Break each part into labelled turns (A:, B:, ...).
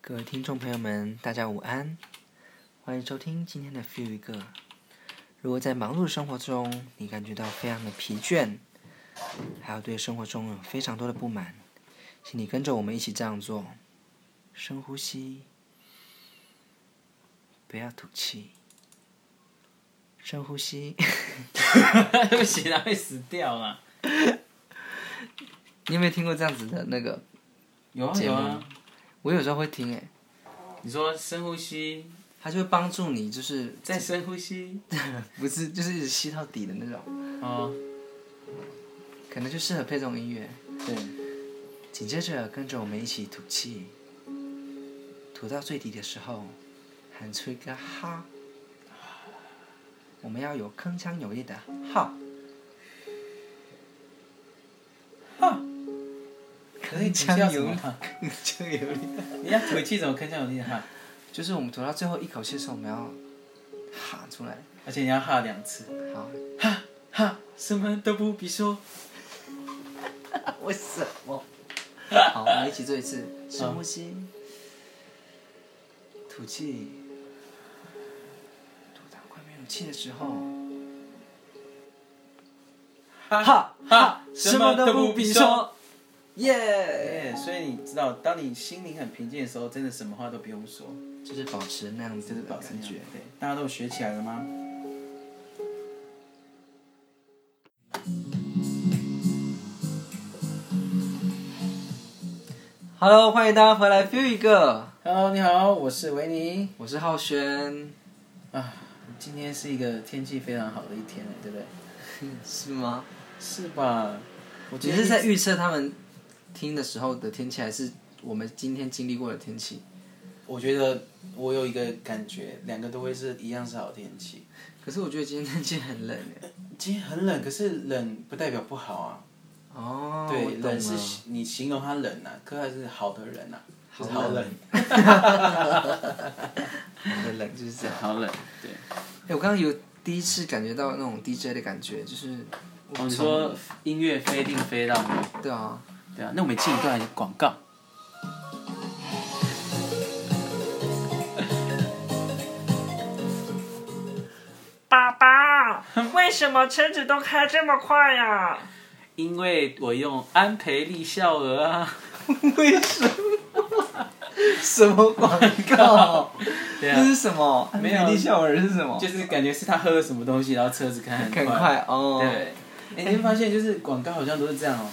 A: 各位听众朋友们，大家午安，欢迎收听今天的 Feel 一个。如果在忙碌生活中，你感觉到非常的疲倦，还有对生活中有非常多的不满，请你跟着我们一起这样做：深呼吸，不要吐气，深呼吸。
B: 对不起，它会死掉啊！
A: 你有没有听过这样子的那个？
B: 有啊
A: 节
B: 有
A: 目
B: 啊，
A: 我有时候会听诶，
B: 你说深呼吸，
A: 它就会帮助你，就是
B: 再深呼吸，
A: 不是就是一直吸到底的那种，
B: 哦，
A: 可能就适合配这种音乐。
B: 对，
A: 紧接着跟着我们一起吐气，吐到最底的时候，喊出一个哈。我们要有铿锵有力的哈。
B: 可以
A: 铿锵有力，铿锵有力。
B: 你要吐气怎么铿锵有力的哈？
A: 就是我们吐到最后一口气的时候，我们要哈出来。
B: 而且你要哈两次，
A: 好，
B: 哈哈，什么都不必说，
A: 为什么？好，我们一起做一次深呼吸，吐气，吐到快没有气的时候，
B: 哈
A: 哈
B: 哈，
A: 什么都不必说。，耶！
B: 耶，哎所以你知道，当你心灵很平静的时候，真的什么话都不用说，
A: 就是保持那样子
B: 就是
A: 的
B: 保持
A: 感
B: 那样
A: 觉。
B: 对，大家都有学起来了吗？
A: Hello，欢迎大家回来 feel 一个，
B: Hello，你好，我是维尼。
A: 我是浩轩，
B: 啊，今天是一个天气非常好的一天，对不对？
A: 是吗？
B: 是吧？我
A: 你
B: 今天
A: 是
B: 一
A: 在预测他们听的时候的天气，还是我们今天经历过的天气？
B: 我觉得我有一个感觉，两个都会是一样是好天气。
A: 可是我觉得今天天气很冷耶。
B: 今天很冷，可是冷不代表不好啊。
A: 哦，我
B: 对，
A: 懂
B: 冷
A: 了。
B: 是形你形容它冷啊，可它是好的人啊，
A: 好
B: 就是好
A: 冷
B: 冷，
A: 我的冷就是这样。
B: 好冷。对，
A: 哎，我刚刚有第一次感觉到那种 DJ 的感觉，就是
B: 我们哦说音乐飞定飞到没有？
A: 对啊，
B: 对啊，那我们进一段广告。
C: 爸爸，为什么车子都开这么快呀、
B: 因为我用安培利笑额啊，
A: 为什么？什么广告？
B: 对
A: 这
B: 啊，
A: 是什么？
B: 没有
A: 美丽笑儿是什么？
B: 就是感觉是他喝了什么东西，然后车子开很
A: 很快哦。
B: 对，哎、你会发现就是广告好像都是这样哦、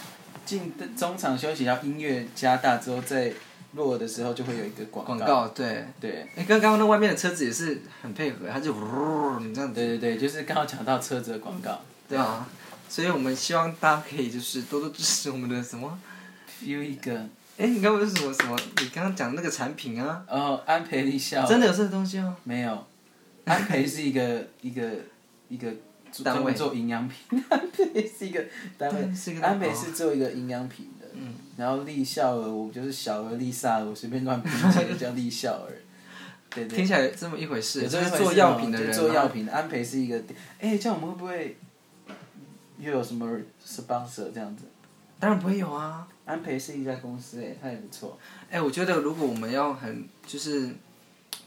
B: 进中场休息，然后音乐加大之后，在落的时候就会有一个广告。
A: 广告对。
B: 对
A: 哎，刚刚那外面的车子也是很配合，它就呜，你这样
B: 对
A: 子，
B: 对对，就是刚好讲到车子的广告。
A: 对啊。所以我们希望大家可以就是多多支持我们的什么？
B: 有一个
A: 哎，你刚刚不是什么什么？你刚刚讲的那个产品啊，
B: 哦，安培利笑
A: 真的有这个东西哦。
B: 没有？安培是一个一个一个
A: 单位
B: 专门做营养品， 安培是一个单
A: 对是一
B: 位，
A: 个单
B: 安
A: 位
B: 培是做一个营养品的。
A: 嗯
B: 然后利笑儿，我就是小儿丽萨儿，我随便 乱拼写就叫利笑儿。对对
A: 听起来这么一回事，
B: 有
A: 就
B: 这
A: 是
B: 么一回事哦
A: 做药品的人
B: 就
A: 啊，
B: 是做药品的安培是一个，哎，这样我们会不会又有什么 sponsor 这样子？
A: 当然不会有啊。
B: 安培是一家公司，哎，它也不错。
A: 哎，我觉得如果我们要很就是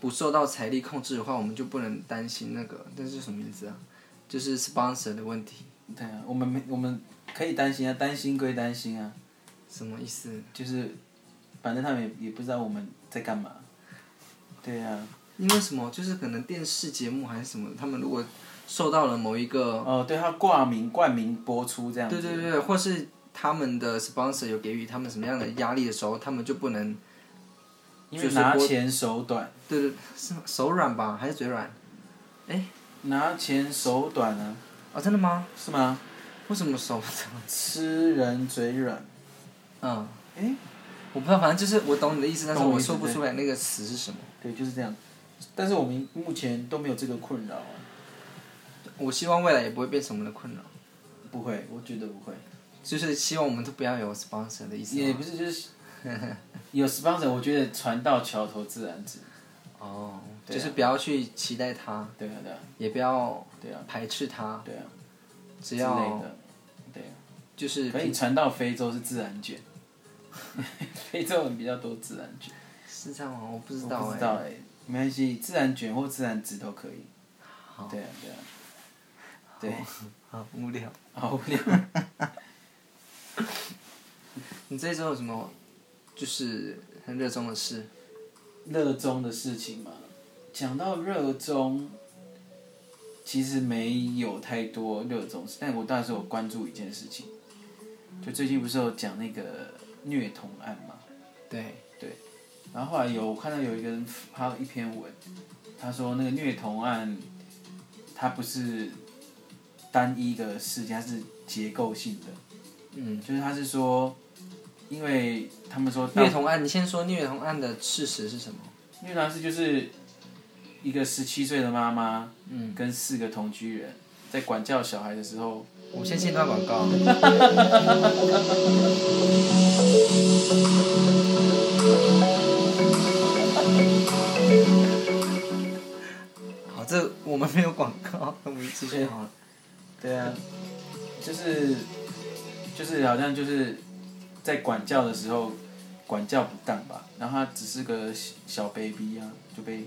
A: 不受到财力控制的话，我们就不能担心那个那是什么名字啊？就是 sponsor 的问题，
B: 对啊，我们没我们可以担心啊，担心归担心啊，
A: 什么意思？
B: 就是反正他们也也不知道我们在干嘛。对啊，
A: 因为什么？就是可能电视节目还是什么，他们如果受到了某一个，
B: 哦，对，他挂名冠名播出这样
A: 对
B: 子。
A: 对对，或是他们的 sponsor 有给予他们什么样的压力的时候，他们就不能，
B: 因
A: 就
B: 为
A: 是
B: 拿
A: 播
B: 钱手短，
A: 对对，是吗手软吧，还是嘴软？
B: 拿钱手短啊，
A: 哦，真的吗？
B: 是吗？
A: 为什么手不长？
B: 吃人嘴软，
A: 嗯，
B: 哎，
A: 我不知道，反正就是我懂你的意思，但是
B: 懂我
A: 我
B: 意思
A: 说不出来那个词是什么。
B: 对，就是这样。但是我们目前都没有这个困扰啊，
A: 我希望未来也不会变成我们的困扰，
B: 不会，我觉得不会，
A: 就是希望我们都不要有 sponsor 的意思吗。
B: 也不是就是 有 sponsor，我觉得船到桥头自然直，
A: 哦，
B: 对啊
A: 就是不要去期待它，
B: 对啊对啊
A: 也不要
B: 对啊
A: 排斥它，
B: 对啊，
A: 只
B: 之类
A: 要
B: 的，对啊，
A: 就是
B: 可以船到非洲是自然卷，非洲人比较多自然卷，
A: 是这样吗？我不知
B: 我
A: 道
B: 不
A: 哎、
B: 知道哎、没关系，自然卷或自然直都可以。对啊，对啊，对，
A: 好无聊。
B: 好无聊。
A: 你这周有什么就是很热衷的事？
B: 热衷的事情嘛，讲到热衷，其实没有太多热衷，但我当时有关注一件事情，就最近不是有讲那个虐童案嘛，
A: 对，
B: 然后后来有我看到有一个人发了一篇文，他说那个虐童案，它不是单一的事件，它是结构性的，
A: 嗯，
B: 就是他是说，因为他们说大
A: 虐童案，你先说虐童案的事实是什么？
B: 虐童案是就是一个十七岁的妈妈
A: 嗯，
B: 跟四个同居人在管教小孩的时候，
A: 我们先进段广告。好，这我们没有广告，我们继续好了。
B: 对啊，就是就是好像就是在管教的时候管教不当吧，然后他只是个小小 baby 啊，就被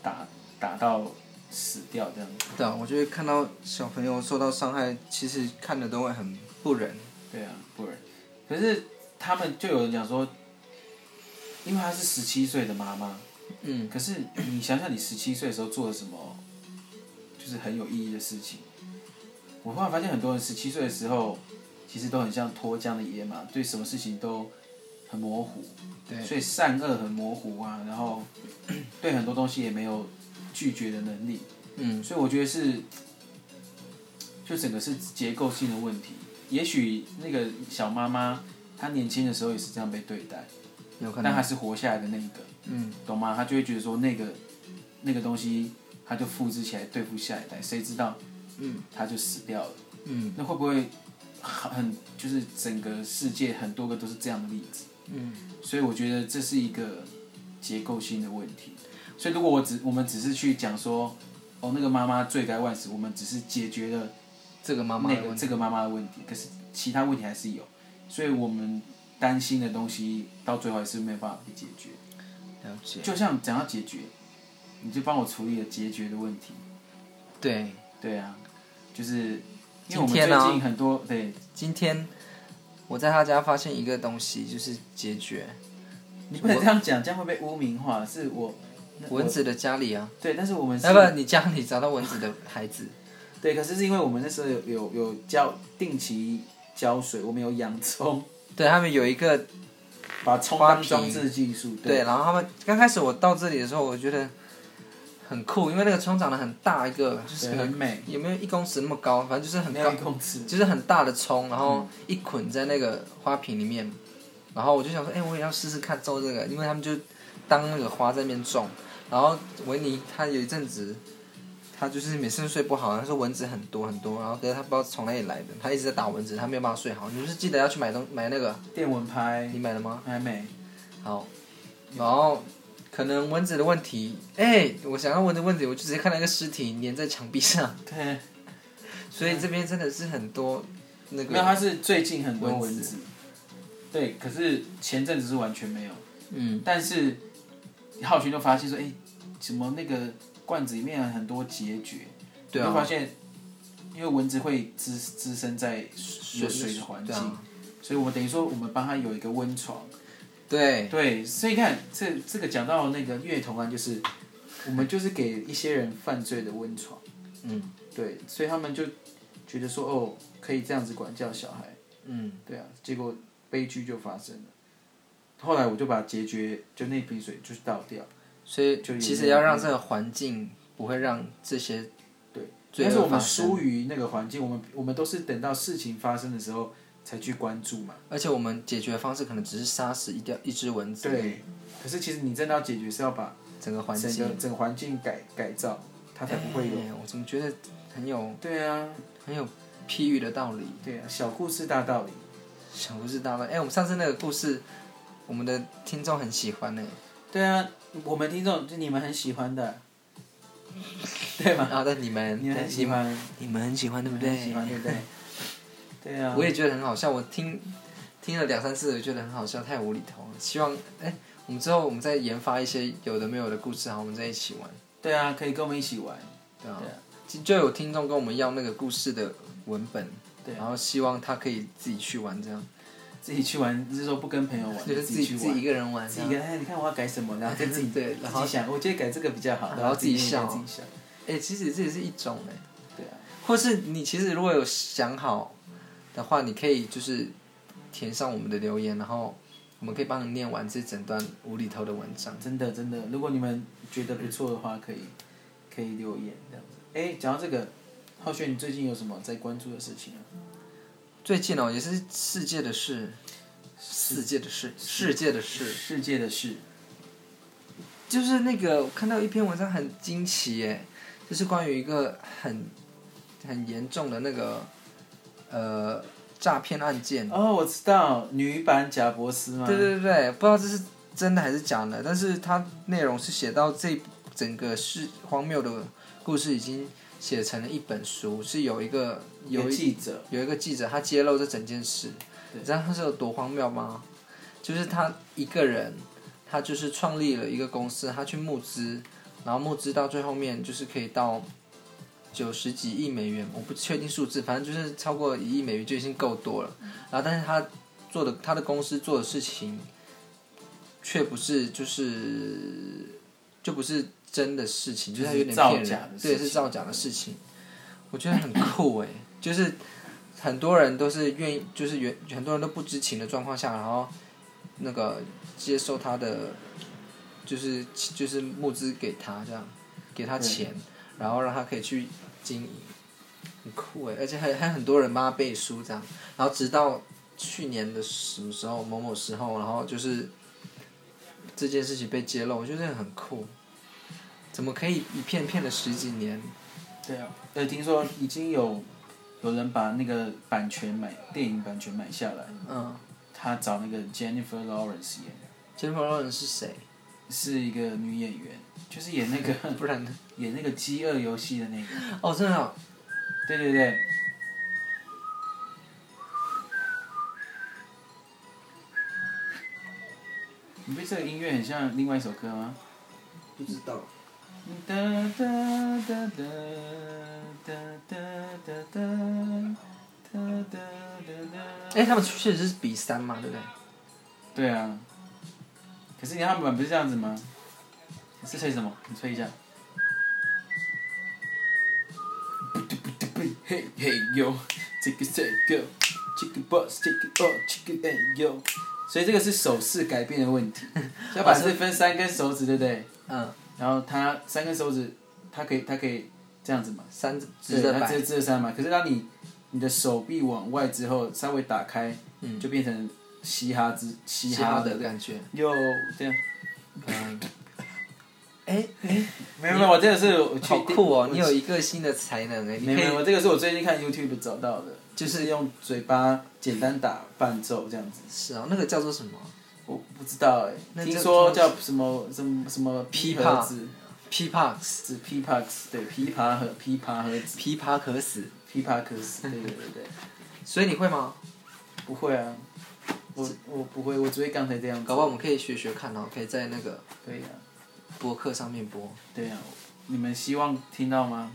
B: 打打到死掉这样子。
A: 对啊，我觉得看到小朋友受到伤害，其实看的都会很不忍。
B: 对啊，不然，可是他们就有人讲说，因为她是十七岁的妈妈，
A: 嗯，
B: 可是你想想，你十七岁的时候做了什么，就是很有意义的事情。我忽然发现，很多人十七岁的时候，其实都很像脱缰的野马，对什么事情都很模糊，
A: 对
B: 所以善恶很模糊啊，然后 对很多东西也没有拒绝的能力。
A: 嗯，
B: 所以我觉得是，就整个是结构性的问题。也许那个小妈妈，她年轻的时候也是这样被对待，
A: 有可
B: 但
A: 能
B: 她。是活下来的那一个。
A: 嗯，
B: 懂吗？他就会觉得说那个那个东西，他就复制起来对付下一代，谁知道，
A: 嗯，
B: 他就死掉了。
A: 嗯
B: 那会不会很就是整个世界很多个都是这样的例子？
A: 嗯，
B: 所以我觉得这是一个结构性的问题。所以如果我只我们只是去讲说，哦，那个妈妈罪该万死，我们只是解决了
A: 这个妈妈
B: 那
A: 的
B: 个
A: 问
B: 这
A: 题。
B: 个妈妈的问题，可是其他问题还是有，所以我们担心的东西到最后还是没有办法被解决。
A: 了解。
B: 就像讲到解决，你就帮我处理了解决的问题。
A: 对，
B: 对啊，就是因为我们
A: 今
B: 最
A: 天啊
B: 近很多、对，
A: 今天我在他家发现一个东西，就是解决
B: 你不能这样讲，这样会被污名化。是我那
A: 蚊子的家里啊。
B: 我对，但是我们是
A: 要不然你家里找到蚊子的孩子，
B: 对，可是是因为我们那时候有有有浇定期浇水，我们有养葱，
A: 对他们有一个
B: 把葱
A: 花
B: 当
A: 瓶
B: 装置技术。
A: 对，
B: 对
A: 然后他们刚开始我到这里的时候，我觉得很酷，因为那个窗长得很大一个，就是可
B: 很
A: 能
B: 美，
A: 有没有一公尺那么高，反正就是很
B: 没
A: 高
B: 有一，公尺。
A: 就是很大的葱，然后一捆在那个花瓶里面，然后我就想说，哎、我也要试试看种这个，因为他们就当那个花在那边种，然后维尼他有一阵子。他就是每次都睡不好，他说蚊子很多很多，然后可是他不知道从哪里来的，他一直在打蚊子，他没有办法睡好。你就是记得要去买东买那个，
B: 电蚊拍
A: 你买了吗？
B: 还没，
A: 好，然后可能蚊子的问题，哎、我想到蚊子问题，我就直接看到一个尸体粘在墙壁上，
B: 对，
A: 所以这边真的是很多那
B: 没有，它
A: 个，
B: 是最近很多
A: 蚊
B: 蚊
A: 子
B: 子。对，可是前阵子是完全没有。
A: 嗯，
B: 但是浩群就发现说，哎、怎么那个罐子里面很多结节，
A: 对
B: 就发
A: 啊，
B: 现，因为蚊子会滋滋生在有水的环
A: 对
B: 境，
A: 啊
B: 所以我们等于说我们帮它有一个温床。
A: 对，
B: 对，所以看这这个讲到那个虐童案，就是我们就是给一些人犯罪的温床。
A: 嗯
B: 对，所以他们就觉得说，哦，可以这样子管教小孩。
A: 嗯，
B: 对啊，结果悲剧就发生了。后来我就把结节就那瓶水就是倒掉。
A: 所以
B: 就有
A: 其实要让这个环境不会让这些
B: 对，
A: 罪
B: 但是我
A: 恶发
B: 们
A: 生，
B: 疏于那个环境，我们我们都是等到事情发生的时候才去关注嘛。
A: 而且我们解决的方式可能只是杀死一掉一只蚊子，
B: 对，可是其实你真的要解决是要把
A: 整个环
B: 整
A: 境，
B: 个整个环境改改造，它才不会有。
A: 哎我怎么觉得很有
B: 对啊，
A: 很有譬喻的道理。
B: 对啊，小故事大道理。
A: 小故事大乱，哎、我们上次那个故事，我们的听众很喜欢呢、
B: 对啊，我们听众就你们很喜欢的，对吗？
A: 啊，对你们，
B: 你们很
A: 对
B: 喜，欢，
A: 你们很喜欢，对不
B: 你们很喜
A: 对？
B: 欢对不 对？对啊
A: 我，也觉得很好笑，我听听了两三次，我觉得很好笑，太无厘头了。希望，哎、我我们之后我们再研发一些有的没有的故事，然后我们再一起玩，
B: 对啊，可以跟我们一起玩。
A: 对啊
B: 对啊。
A: 其就有听众跟我们要那个故事的文本，
B: 对啊
A: 然后希望他可以自己去玩，这样
B: 自己去玩，你是说不跟朋友玩，
A: 就是
B: 自
A: 自己
B: 去
A: 自
B: 玩
A: 己一，个人玩，啊
B: 自己一个人。哎，你看我要改什么，然后再自己
A: 对然
B: 自
A: 后
B: 己想，我觉得改这个比较好，
A: 然后
B: 后自己
A: 自己想
B: 自己想，
A: 哎、其实这也是一种哎、
B: 对啊，
A: 或是你其实如果有想好的话，你可以就是填上我们的留言，然后我们可以帮你念完这整段无厘头的文章。
B: 真的真的，如果你们觉得不错的话，可以可以留言这样子。哎，讲到这个，浩轩，你最近有什么在关注的事情啊？
A: 最近哦，也是世界的事，世界的事，世界的事，
B: 世界的事，
A: 就是那个我看到一篇文章很惊奇耶，就是关于一个很很严重的那个呃诈骗案件。
B: 哦，我知道，女版贾伯斯吗？
A: 对对对，不知道这是真的还是假的，但是它内容是写到这整个是荒谬的故事已经写成了一本书，是有一个
B: 一
A: 有
B: 个
A: 一
B: 记者，
A: 有一个记者他揭露这整件事，
B: 对
A: 你知道他是有多荒谬吗？就是他一个人，他就是创立了一个公司，他去募资，然后募资到最后面就是可以到九十几亿美元，我不确定数字，反正就是超过一亿美元就已经够多了。然后，但是他做的他的公司做的事情，却不是就是就不是真的事情，就是他有点骗
B: 就是造假
A: 人
B: 的，事情
A: 对，是造假的事情。我觉得很酷哎、就是很多人都是愿意，就是原很多人都不知情的状况下，然后那个接受他的，就是就是募资给他这样，给他钱，然后让他可以去经营，很酷哎，而且还还很多人帮他背书这样，然后直到去年的什么时候某某时候，然后就是这件事情被揭露，我觉得很酷，怎么可以一片片的十几年？
B: 对啊，呃，听说已经有有人把那个版权买电影版权买下来，
A: 嗯
B: 他找那个 Jennifer Lawrence 演，
A: ，Jennifer Lawrence 是谁？
B: 是一个女演员，就是演那个
A: 不然呢？
B: 演那个《饥饿游戏》的那个，
A: 哦，真的哦、
B: 对对对，你被这个音乐很像另外一首歌吗？
A: 不知道。
B: 哒哒哒哒哒哒哒哒哒哒哒
A: 哎、他们确实是比三嘛，对不对？
B: 对啊，可是你看他们不是这样子吗？你是吹什么？你吹一下。Hey hey yo, take a set go, take a boss, take it all, take it and yo。所以这个是手势改变的问题。小板是分三根手指，对不对？
A: 嗯，
B: 然后他三根手指，他可以，他可以这样子嘛？
A: 三直
B: 对，
A: 的
B: 它直
A: 摆
B: 接，直的三嘛。可是当你你的手臂往外之后，稍微打开，
A: 嗯，
B: 就变成嘻哈之嘻
A: 嘻
B: 哈
A: 哈
B: 的
A: 的感觉。
B: 哟，这样
A: 嗯，哎、哎、
B: 没有没有，我这个是我
A: 好
B: 去
A: 酷哦！你有一个新的才能哎、你可
B: 没有没有，
A: 以
B: 我这个是我最近看 YouTube 找到的，
A: 就
B: 就是是用嘴巴简单打伴奏这样子。
A: 是哦，那个叫做什么
B: 我不知道
A: 那
B: 哎，
A: 这
B: 听说叫什么什么什么琵琶子，
A: 琵琶死，
B: 是琵琶子，对，琵琶和琵琶和 子，
A: 琵琶可死，
B: 琵琶克斯，对对对对，
A: 所以你会吗？
B: 不会啊，我我不会，我只会刚才这样子。
A: 搞不好我们可以学学看哦，可以在那个
B: 可以啊，
A: 博客上面播。
B: 对啊，你们希望听到吗？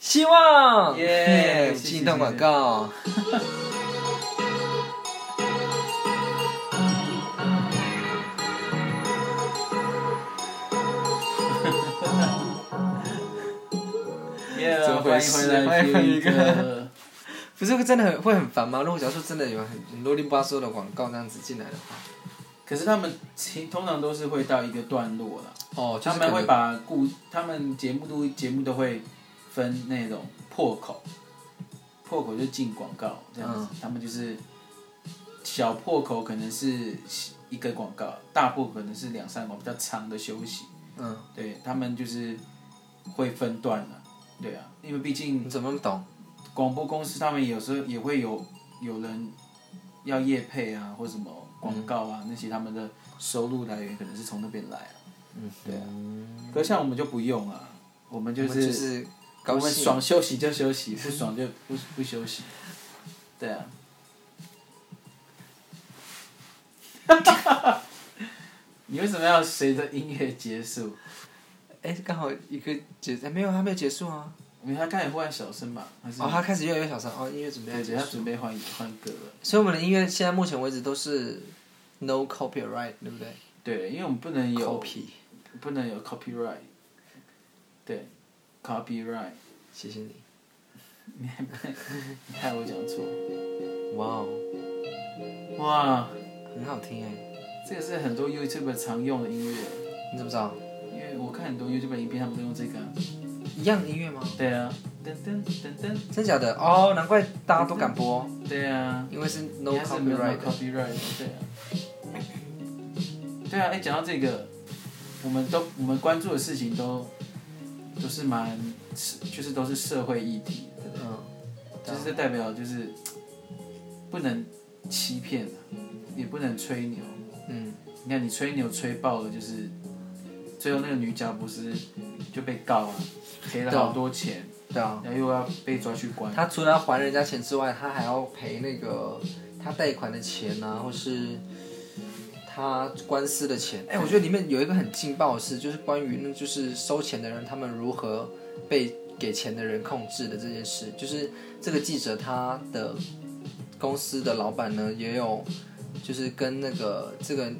A: 希望
B: 耶
A: 耶！
B: 谢谢
A: 进一段广告。
B: 耶
A: 怎么回
B: 欢迎
A: 事
B: 回来
A: 欢迎
B: 听
A: 回
B: 一个。
A: 不是真的很会很烦吗？如果假如说真的有很很啰里吧嗦的广告这样子进来的话，
B: 可是他们其通常都是会到一个段落啦，
A: 哦，就是可
B: 他们
A: 能
B: 会把故他们节目都节目都会分那种破口，破口就进广告这样子，
A: 嗯
B: 他们就是小破口可能是一个广告，大破口可能是两三个比较长的休息，
A: 嗯，
B: 对他们就是会分段了、对啊，因为毕竟
A: 你怎么那么懂？
B: 广播公司他们有时候也会有有人要业配啊，或什么
A: 嗯
B: 广告啊、那些，他们的收入来源可能是从那边来啊。
A: 嗯，
B: 对啊。可是像我们就不用啊，我们
A: 我
B: 就
A: 们就是是
B: 我
A: 高
B: 们
A: 兴。
B: 爽休息就休息，不爽就不不 休息。对啊。 你为什么要随着音乐结束？
A: 哎，刚好一个结，哎没有，还没有结束啊。
B: 因为他刚才忽然小声吧，还是
A: 哦，他开始越来越小声，哦，音乐准备要
B: 对
A: 结
B: 他
A: 束
B: 准。备换换歌了。
A: 所以我们的音乐现在目前为止都是 no copyright，对不对
B: 对，因为我们不能有
A: ？copy，
B: 不能有 copyright，对，copyright，
A: 谢谢你。
B: 你还不你害我讲错。
A: 哇哦，
B: 哇，
A: 很好听哎，
B: 这个是很多 YouTube 常用的音乐，
A: 你怎么知道？
B: 因为我看很多 YouTube 影片，他们都用这个、啊。
A: 一样的音乐吗？
B: 对啊，噔噔噔噔，
A: 真假的？哦，难怪大家都敢播，
B: 对啊。
A: 因为是
B: 你
A: no
B: 还是没有
A: copyright 的。
B: copyright，对啊。对啊，哎、讲到这个，我们都我们关注的事情都都是蛮，就是都是社会议题，对不对
A: 嗯，
B: 就是这代表就是不能欺骗啊，也不能吹牛。
A: 嗯，
B: 你看你吹牛吹爆了，就是最后那个女角不是就被告啊，赔了好多钱，
A: 对啊。
B: 然后又要被抓去关。
A: 他除了要还人家钱之外，他还要赔那个他贷款的钱啊，或是他官司的钱。哎、我觉得里面有一个很劲爆的事，就是关于那就是收钱的人他们如何被给钱的人控制的这件事。就是这个记者他的公司的老板呢，也有就是跟那个这个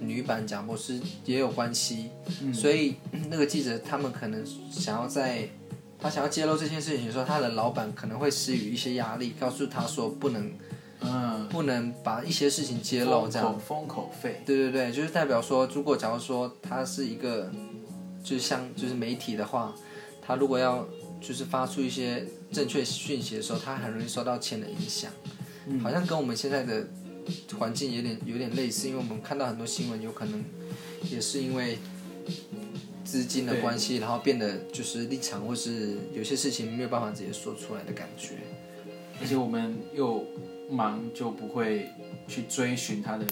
A: 女版贾博士也有关系。
B: 嗯，
A: 所以那个记者他们可能想要在他想要揭露这件事情的时候，他的老板可能会施予一些压力，告诉他说不能
B: 嗯，
A: 不能把一些事情揭露这样。
B: 封口封口费，
A: 对对对，就是代表说，如果假如说他是一个就是像就是媒体的话，他如果要就是发出一些正确讯息的时候，他很容易受到钱的影响。
B: 嗯
A: 好像跟我们现在的环境有点有点类似，因为我们看到很多新闻，有可能也是因为资金的
B: 对
A: 关系，然后变得就是立场或是有些事情没有办法直接说出来的感觉。
B: 而且我们又忙，就不会去追寻它的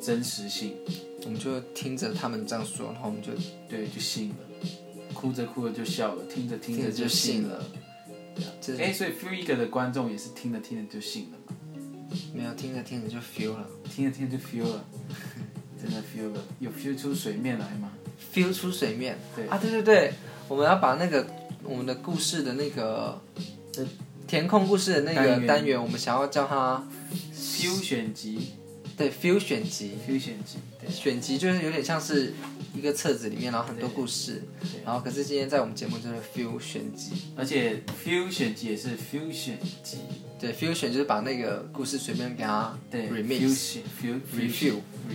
B: 真实性，
A: 我们就听着他们这样说，然后我们就
B: 对，就信了，哭着哭着就笑了，听着听着
A: 着
B: 就
A: 就
B: 信
A: 信
B: 了。
A: 了。这
B: 哎、所以 Free 的观众也是听着听着就信了嘛，
A: 没有听着听着就 feel 了
B: 听着听着就 feel 了， 真的 feel 了，有 feel 出水面来吗？
A: ，feel 出水面。
B: 对
A: 啊，对对对，我们要把那个我们的故事的那个呃
B: 这
A: 填空故事的那
B: 单
A: 个
B: 元
A: 单元，我们想要叫它
B: feel 选集
A: 对 feel 选集。
B: ，feel 选集，对，
A: 选集就是有点像是一个册子里面，然后很多
B: 对
A: 故事
B: 对，
A: 然后可是今天在我们节目就是 feel 选集，
B: 而且 feel 选集也是 feel 选集，
A: 对 feel 选就是把那个故事随便给它
B: 对
A: remix 哎
B: ，feel
A: review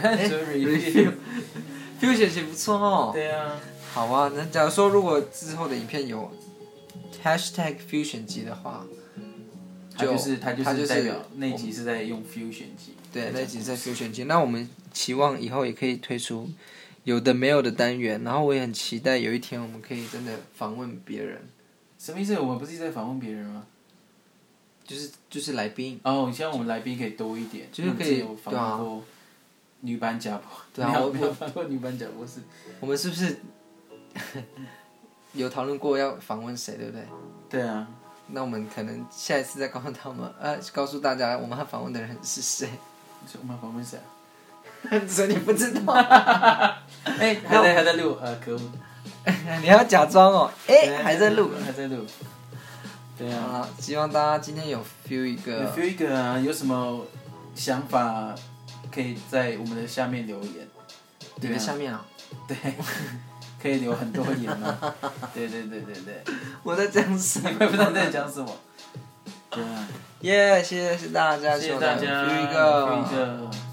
B: review，review，
A: feel 选集不错哦。
B: 对啊。
A: 好啊，那假如说如果之后的影片有 hashtag feel 选集的话，
B: 他就是他
A: 他
B: 就
A: 就是是
B: 代表那集是在用 fusion 集，
A: 对那集在 feel 选集，那我们期望以后也可以推出有的没有的单元，然后我也很期待有一天我们可以真的访问别人，
B: 什么意思？我们不是一直在访问别人吗？
A: 就是就是来宾。
B: 哦，希望我们来宾可以多一点，
A: 就是可以啊
B: 因为我们之前有访问过女版贾博，
A: 对啊
B: 没有
A: 我
B: 没有访问过女版贾博士，
A: 我们是不是有讨论过要访问谁，对不对？
B: 对啊，
A: 那我们可能下一次再告诉他们，呃，告诉大家我们要访问的人是谁，
B: 所以我们要访问谁啊？
A: 所以你不知道，
B: 哎，还在还在录，呃，可恶，
A: 你还要假装哦，哎、还在录。
B: 还在录，对
A: 好
B: 啊，
A: 了，希望大家今天有 feel 一
B: 有
A: 个
B: feel 一个啊，有什么想法可以在我们的下面留言，
A: 你
B: 对
A: 的
B: 啊
A: 下面啊，
B: 对，可以留很多言啊，对对对对对。
A: 我在讲什
B: 你
A: 么？
B: 会不知道你在讲什么。对啊，
A: 耶、谢谢大家，
B: 谢谢大家，
A: feel 一
B: 一
A: 个。
B: 个。